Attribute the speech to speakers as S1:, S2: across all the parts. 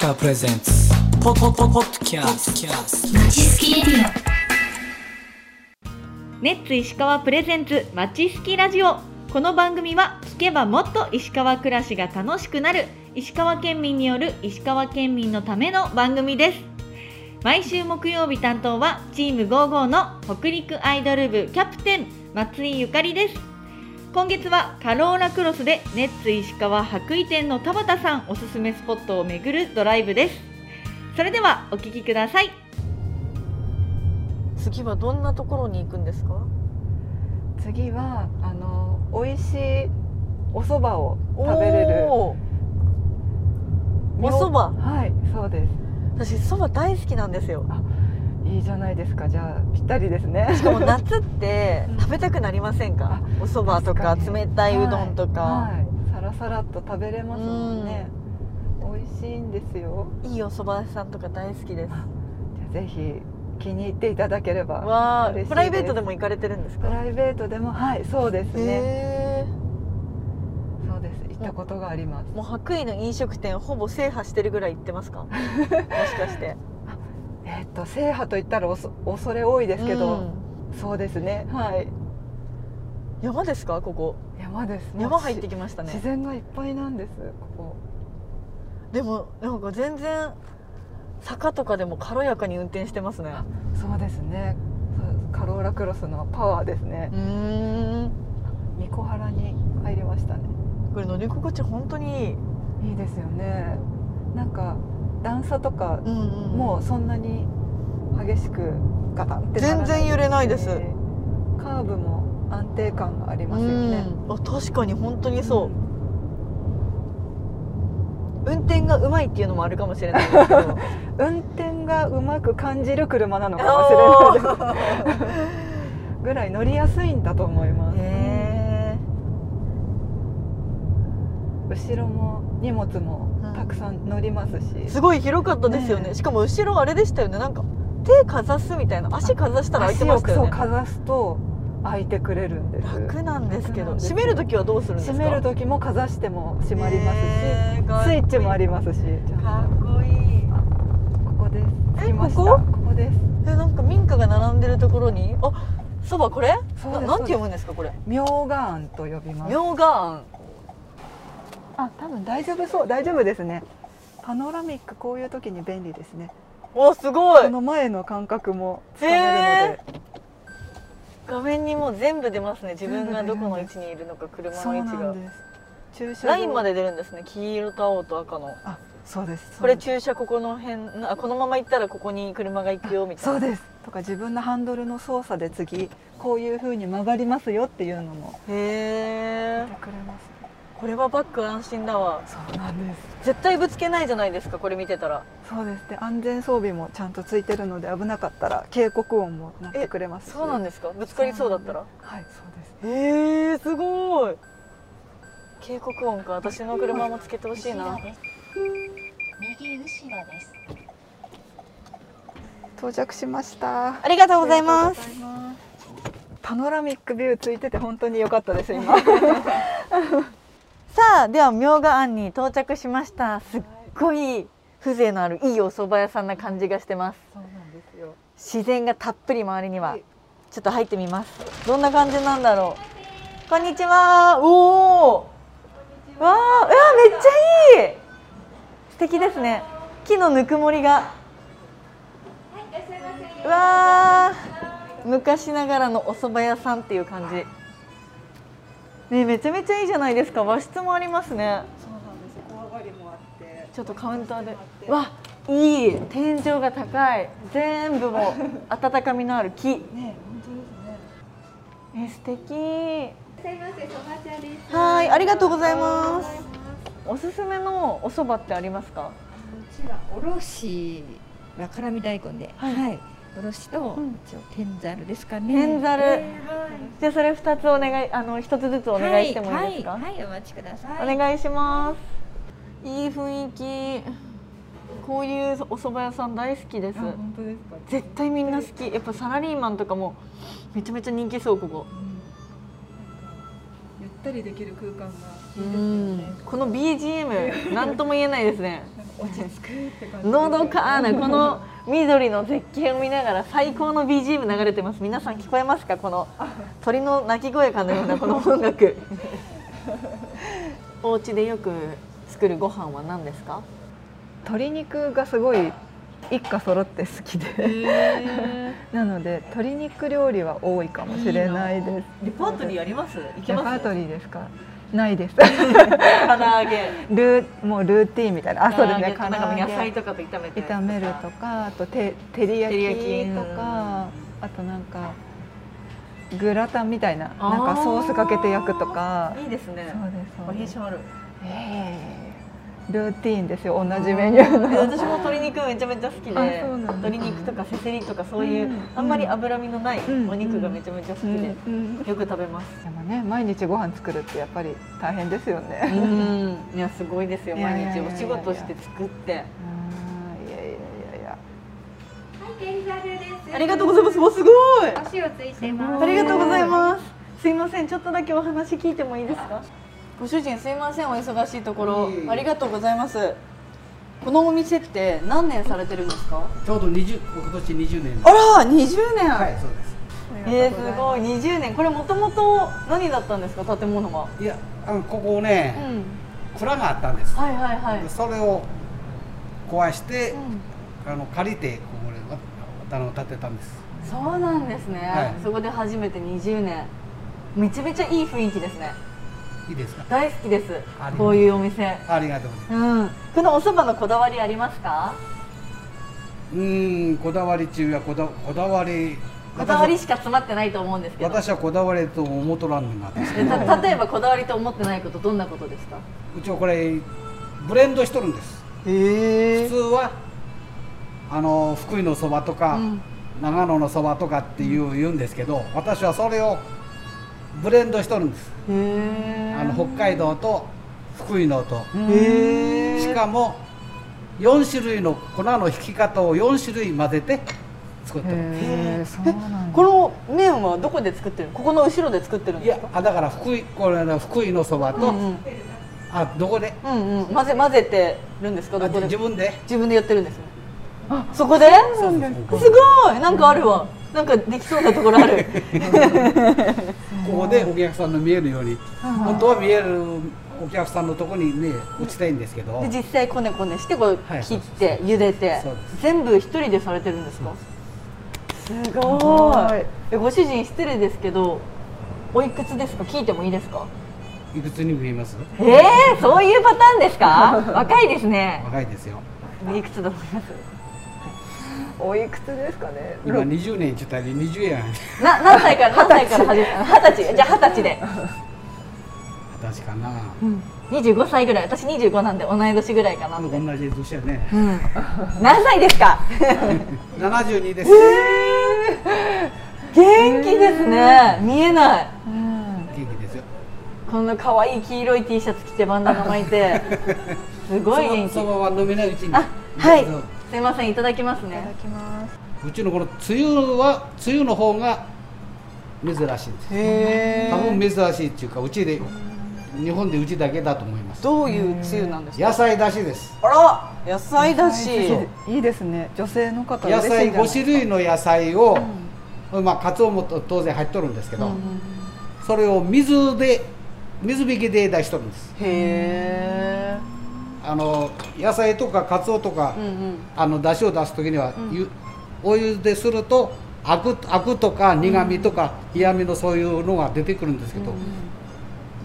S1: タープレゼンツポポポポッドキャスト
S2: まちすきレディオ
S3: ネッツ石川プレゼンツまちすきラジオこの番組は聞けばもっと石川暮らしが楽しくなる石川県民による石川県民のための番組です毎週木曜日担当はチーム55の北陸アイドル部キャプテン松井ゆかりです今月はカローラクロスでネッツ石川白衣店の田畑さんおすすめスポットを巡るドライブですそれではお聞きください
S4: 次はどんなところに行くんですか
S5: 次はあの美味しいお蕎麦を食べれる
S4: おーおそば
S5: はいそうです
S4: 私そば大好きなんですよ
S5: いいじゃないですかじゃあぴったりですね
S4: しかも 夏って食べたくなりませんかおそばとか
S5: 確かに
S4: 冷たいうどんとか、
S5: はいはいサラサラっと食べれますもんね美味しいんですよ
S4: い、いおそば屋さんとか大好きです
S5: じゃあぜひ気に入っていただければ
S4: わあ
S5: 嬉しいです
S4: プライベートでも行かれてるんです
S5: プ
S4: か
S5: ライベートでもはいそうですね
S4: へ
S5: そうです行ったことがあります
S4: えもう白衣の飲食店ほぼ制覇してるぐらい行ってますかもしかして
S5: えっと制覇と言ったらおそ恐れ多いですけどそうですねはい
S4: うん山ですかここ
S5: 山です
S4: 山入って
S5: き
S4: きました
S5: た
S4: ね
S5: 自然がいっぱいなんですこ
S4: でもなんか全然坂とかでも軽やかに運転してますね
S5: あこそうですねそうカローラクロスのパワーですね
S4: うーん
S5: 三小原に入りましたね
S4: これ乗り心地本当にいい、
S5: いいですよねなんか段差とか
S4: んうん
S5: もうそんなに激しくガタンってなら
S4: 全然揺れないです
S5: カーブも安定感があり
S4: う
S5: ますよね
S4: んあ確かに本当にそう、
S5: ん
S4: 運転がうまいっていうのもあるかもしれないですけ ど
S5: 運転がうまく感じる車なのかもしれない
S4: ない
S5: で
S4: です
S5: すぐらい乗りやすいんだと思います、
S4: へ
S5: 後ろも荷物もたくさん乗りますし、
S4: えすごい広かったですよね
S5: ねえ
S4: しかも後ろあれでしたよねなんか手かざすみたいな足かざしたら開いて
S5: 足
S4: ま
S5: を
S4: したよ
S5: そう
S4: ね
S5: かざすと開いてくれるんです
S4: 楽なんですけど
S5: 楽なんです
S4: 閉める時はどうするんですか
S5: 閉める時もかざしても閉まりますし、
S4: へえかっこ
S5: ス
S4: い
S5: イ
S4: い
S5: ッチもありますしちゃんと
S4: かっこいい
S5: ここです。
S4: え
S5: 着きました
S4: ここ
S5: ここです。
S4: えなんか民家が並んでるところにあそばこれ
S5: そう
S4: な
S5: です
S4: なんて読むんですかこれ
S5: 明眼庵と呼びます。
S4: 明眼
S5: あ、多分大丈夫そう。大丈夫ですね。パノラミックこういう時に便利ですね。
S4: おすご
S5: こ
S4: い
S5: の前の感覚もつかめるので。
S4: 画面にもう全部出ますね自分がどこの位置にいるのか車
S5: そ
S4: の
S5: う
S4: 位置
S5: な
S4: が
S5: んです。駐車場
S4: ラインま。で出るんですね黄色と青と赤の
S5: あ、そうです。
S4: これ
S5: そうです
S4: 駐車ここの辺あこのまま行ったらここに車が行くよみたいな
S5: そうです。とか自分のハンドルの操作で次こういう風に曲がりますよっていうのも
S4: へえ
S5: やってくれます。
S4: これはバック安心だわ
S5: そうなんです。
S4: 絶対ぶつけないじゃないですかこれ見てたら
S5: そうですね。安全装備もちゃんとついてるので危なかったら警告音もなってくれますし。
S4: そうなんですかぶつかりそうだったら
S5: はい、そうです。
S4: へえすごい警告音か私の車もつけてほしいな
S2: 右後ろです
S5: 到着しました。
S4: ありがとう
S5: ございます
S4: ありがとうございます
S5: パノラミックビューついてて本当に良かったで す今。
S4: さあでは明賀庵に到着しましたすっごい風情のあるいいお蕎麦屋さんな感じがしてます
S5: そうなんですよ。
S4: 自然がたっぷり周りには
S5: はい
S4: ちょっと入ってみますどんな感じなんだろうこんにちはおおわあうわめっちゃいい素敵ですね木のぬくもりがうわあ昔ながらのお蕎麦屋さんっていう感じねめちゃめちゃいいじゃないですか和室もありますね
S5: そうなんです。小上がりもあって。
S4: ちょっとカウンターでわいい天井が高い全部 もう温かみのある木
S5: ね、本当ですね。
S4: え素敵。はい、ありがとうございます。おすすめのお蕎麦ってありますか。
S6: うちはおろしは辛味大根で、はい、おろしと、
S4: うん
S6: 一応天ざるですかね。
S4: 天ざる
S6: はい
S4: じゃあそれ二つお願い、あの一つずつお願いしてもいいですか。
S6: はい、はいはい、お待ちください。
S4: お願いします。いい雰囲気。こういうお蕎麦屋さん大好きです。
S5: あ、本当ですか。
S4: 絶対みんな好き。やっぱサラリーマンとかもめちゃめちゃ人気そうここ。
S5: ゆったりできる空間がいいですよ
S4: うん
S5: ね。
S4: この BGM なんとも言えないですね。
S6: 落ち着くって感じです。
S4: のどかなこの緑の絶景を見ながら最高の BGM 流れてます皆さん聞こえますかこの鳥の鳴き声かのようなこの音楽お家でよく作るご飯は何ですか
S5: 鶏肉がすごい一家揃って好きでなので鶏肉料理は多いかもしれないです
S4: レパートリーありますいけ
S5: レパ
S4: ま
S5: ー
S4: す
S5: トリーですかな いです
S4: 唐揚げ
S5: ルーもうルーティンみたいなあそうですね
S4: 唐揚げとなんか野菜とかと炒めて
S5: 炒めるとかあとて照り焼
S4: 照り
S5: き
S4: 焼き
S5: と
S4: うん
S5: かあとなんかグラタンみたいな
S4: あ
S5: な
S4: ー
S5: んかソースかけて焼くとか
S4: いいですね
S5: そうですそ
S4: バリエーションあ
S5: うです
S4: る
S5: ええルーティーンですよ同じメニューの
S4: で私も鶏肉めちゃめちゃ好き
S5: あ
S4: で
S5: そうなんだ
S4: 鶏肉とかせせりとかそういう、
S5: うん
S4: あんまり脂身のないお
S5: うん
S4: 肉がめちゃめちゃ好きで、よ
S5: うん
S4: く食べます
S5: でもね毎日ご飯作るってやっぱり大変ですよね
S4: うんいやすごいですよ
S5: いやい
S4: 毎
S5: やいやい
S4: 日
S5: や
S4: お仕事して作って
S5: あーいやいやいやいや
S4: ありがとうございますもうすごい
S6: 足をついてま
S4: ありがとうございますすいませんちょっとだけお話聞いてもいいですかご主人すいませんお忙しいところありがとうございますこのお店って何年されてるんですか
S7: ちょうど20今年20年
S4: あら20年、
S7: はいそうです
S4: えー、すごい20年これもともと何だったんですか建物は、
S7: いやあのここ
S4: う
S7: ね、
S4: ん、
S7: 蔵があったんです、
S4: はいはいはい
S7: それを壊して、あの借りてここでわあの建てたんです
S4: そうなんですね、
S7: はい
S4: そこで初めて20年めちゃめちゃいい雰囲気ですね
S7: いいですか
S4: 大好きです
S7: ありがとう
S4: こういうお店
S7: ありがとうございます
S4: うんこのお蕎麦のこだわりありますか
S7: うーんこだわり中はこだこだわり
S4: こだわり
S7: 私
S4: しか詰まってないと思うんですけ
S7: は
S4: ど
S7: 私はこだわりと思うとらんのなんですけ
S4: え
S7: ど
S4: た例えばこだわりと思ってないことどんなことですか
S7: うちはこれブレンドしとるんです
S4: へ
S7: 普通はあの福井のそばとか、長野のそばとかっていう言うんですけど私はそれをブレンドしとるんです
S4: え
S7: あの北海道と福井のと
S4: へ
S7: しかも4種類の粉の引き方を4種類混ぜて作ってる
S5: へえそうなんだ
S4: この麺はどこで作ってるのここの後ろで作ってるん
S7: い
S4: です
S7: や
S4: か
S7: あだから福井これの福井のそば
S4: う
S7: と、
S4: んうん
S7: あどこで
S4: うんうん混ぜ混ぜてるんですか
S7: あ
S4: どこで
S7: 自分で
S4: 自分でやってるんですよそこで
S7: こ
S4: すごいなんかあるわなんかできそうなところある
S7: こでお客さんの見えるように本当は見えるお客さんのとこにね落ちたいんですけど
S4: で実際こねこねしてこう
S7: はい
S4: 切って茹でて
S7: そうです
S4: 全部一人でされてるんですかすごいえご主人失礼ですけどおいくつですか聞いてもいいですか
S7: いくつに見えます
S4: えー、そういうパターンですか 若いですね
S7: 若いですよ
S4: いくつだと思います
S5: おいくつですかね
S7: 今20年ちょっとあれ20やん
S4: な何歳から何歳から始めたの二十歳じゃあ二十歳で
S7: 私かな
S4: 25歳ぐらい私25なんで同い年ぐらいかな
S7: あ
S4: っ
S7: の
S4: て
S7: 同じ年やね
S4: 何歳ですか
S7: 72です
S4: 元気ですね見えない
S7: 元気ですよ
S4: この可愛い黄色い T シャツ着てバンダナ巻い てすごい元気
S7: そばは飲めないうちに
S4: あはい
S7: どうぞ
S4: すいませんいただきますね
S7: うちのこの梅雨は梅雨の方が珍しいんです多分珍しいっていうかうちで日本でうちだけだと思います
S4: どういう梅雨なんです
S7: 野菜だしです
S4: あら野菜だし
S5: いいですね女性の方
S7: 野
S5: 嬉しいんじゃない
S7: 菜5種類の野菜を、まあかつおもと当然入っとるんですけど、それを水で水引きで出しとるんです
S4: へえ
S7: あの野菜とかかつおとか、
S4: うんうん
S7: あの出汁を出す時には、ゆお湯でするとアクアクとか苦味とか嫌味のそういうのが出てくるんですけど、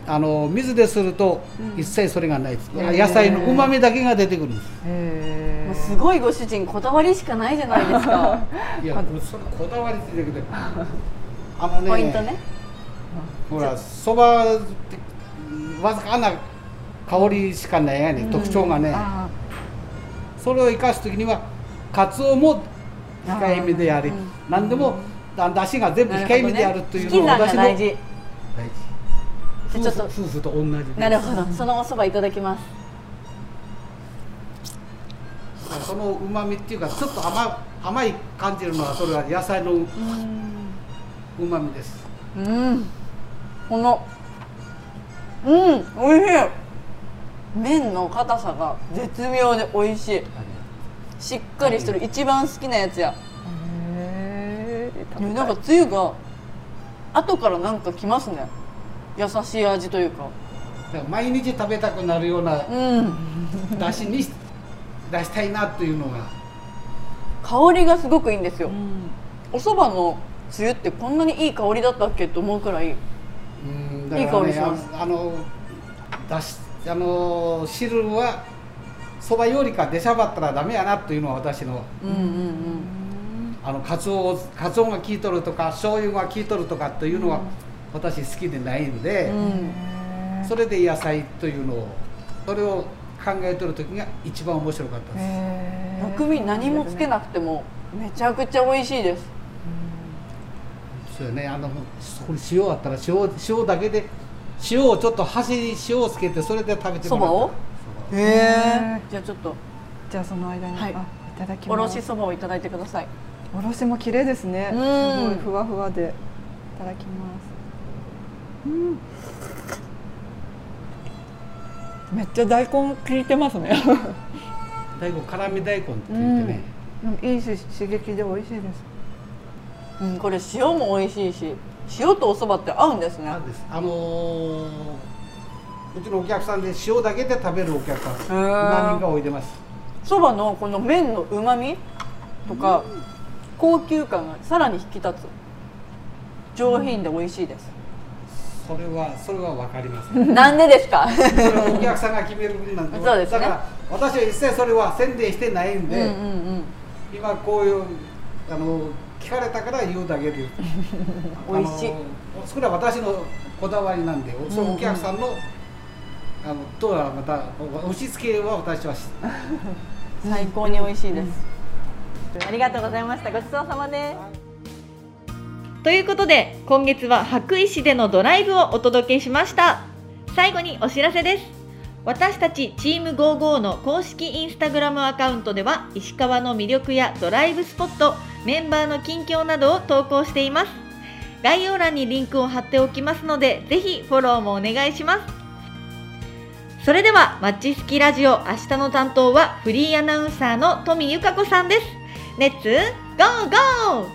S7: あの水ですると一切それがないです、野菜のうまみだけが出てくるんです
S4: もうすごいご主人こだわりしかないじゃないです か
S7: いやそれこだわりって言うけどあのね
S4: ポイントね
S7: ほらそばってわずかな香りしかないやね、特徴がねそれを生かす時にはかつおも控えめであり、何でもだだしが全部控えめであるというの
S4: なるほどね引き算が
S7: 私
S4: 大
S7: の
S4: 事
S7: 大事
S4: じゃあちょっ
S7: 夫婦夫婦と同じです
S4: なるほどそのお蕎麦いただきます
S7: そのうまみっていうかちょっと甘甘い感じるのはそれは野菜のうまみです
S4: うんこのうん美味しい麺の硬さが絶妙で美味しいしっかりしてる一番好きなやつや
S5: へえ
S4: でもなんかつゆが後からなんかきますね優しい味というか
S7: だから毎日食べたくなるような
S4: うん
S7: 出汁にし出したいなというのが
S4: 香りがすごくいいんですよ、お蕎麦のつゆってこんなにいい香りだったっけと思うくらい
S7: うん
S4: いい香りします
S7: あのだしあの汁はそばよりか出しゃばったらダメやなというのは私の
S4: うんうんうん
S7: あのカツオをカツオが効いとるとか醤油が効いとるとかというのは私好きでないので、
S4: うん
S7: それで野菜というのをそれを考えとる時が一番面白かったです、
S4: 薬味何もつけなくてもめちゃくちゃ美味しいです
S7: そうよねあのそこに塩あったら塩塩だけで塩をちょっと端に塩をつけてそれで食べて
S4: そ
S7: もら
S4: ば
S7: った
S4: を
S5: へえ
S4: じゃあちょっと
S5: じゃあその間に、
S4: はい
S5: あいただき
S4: おろ
S5: ます
S4: しそばをいただいてください
S5: おろしも綺麗ですね
S4: うん
S5: すごいふわふわでいただきます、めっちゃ大根効いてますね
S7: 大根辛味大根って言ってね、
S5: でもいいし刺激で美味しいです
S4: うん、これ塩も美味しいし塩とおそばって合うんですね
S7: あですあのーうちのお客さんで塩だけで食べるお客さんうまみがおいでます
S4: そばのこの麺のうまみとか高級感がさらに引き立つ上品で美味しいです、
S7: それはそれは分かります
S4: なんでですか
S7: それはお客さんが決める分なんで
S4: そうですね
S7: だから私は一切それは宣伝してないん
S4: うんう
S7: で、
S4: んうん
S7: 今こういうあの聞かれたから言 うだけで
S4: 美味しい
S7: あのそれは私のこだわりなんでそのお客さんの、あのとはまた押し付けは私はし
S4: 最高に美味しいです、
S5: ありがとうございましたごちそうさまです
S3: ということで今月は白石でのドライブをお届けしました最後にお知らせです私たちチーム55の公式インスタグラムアカウントでは石川の魅力やドライブスポットメンバーの近況などを投稿しています概要欄にリンクを貼っておきますのでぜひフォローもお願いしますそれではマッチスキラジオ明日の担当はフリーアナウンサーの富由香子さんですレッツゴーゴー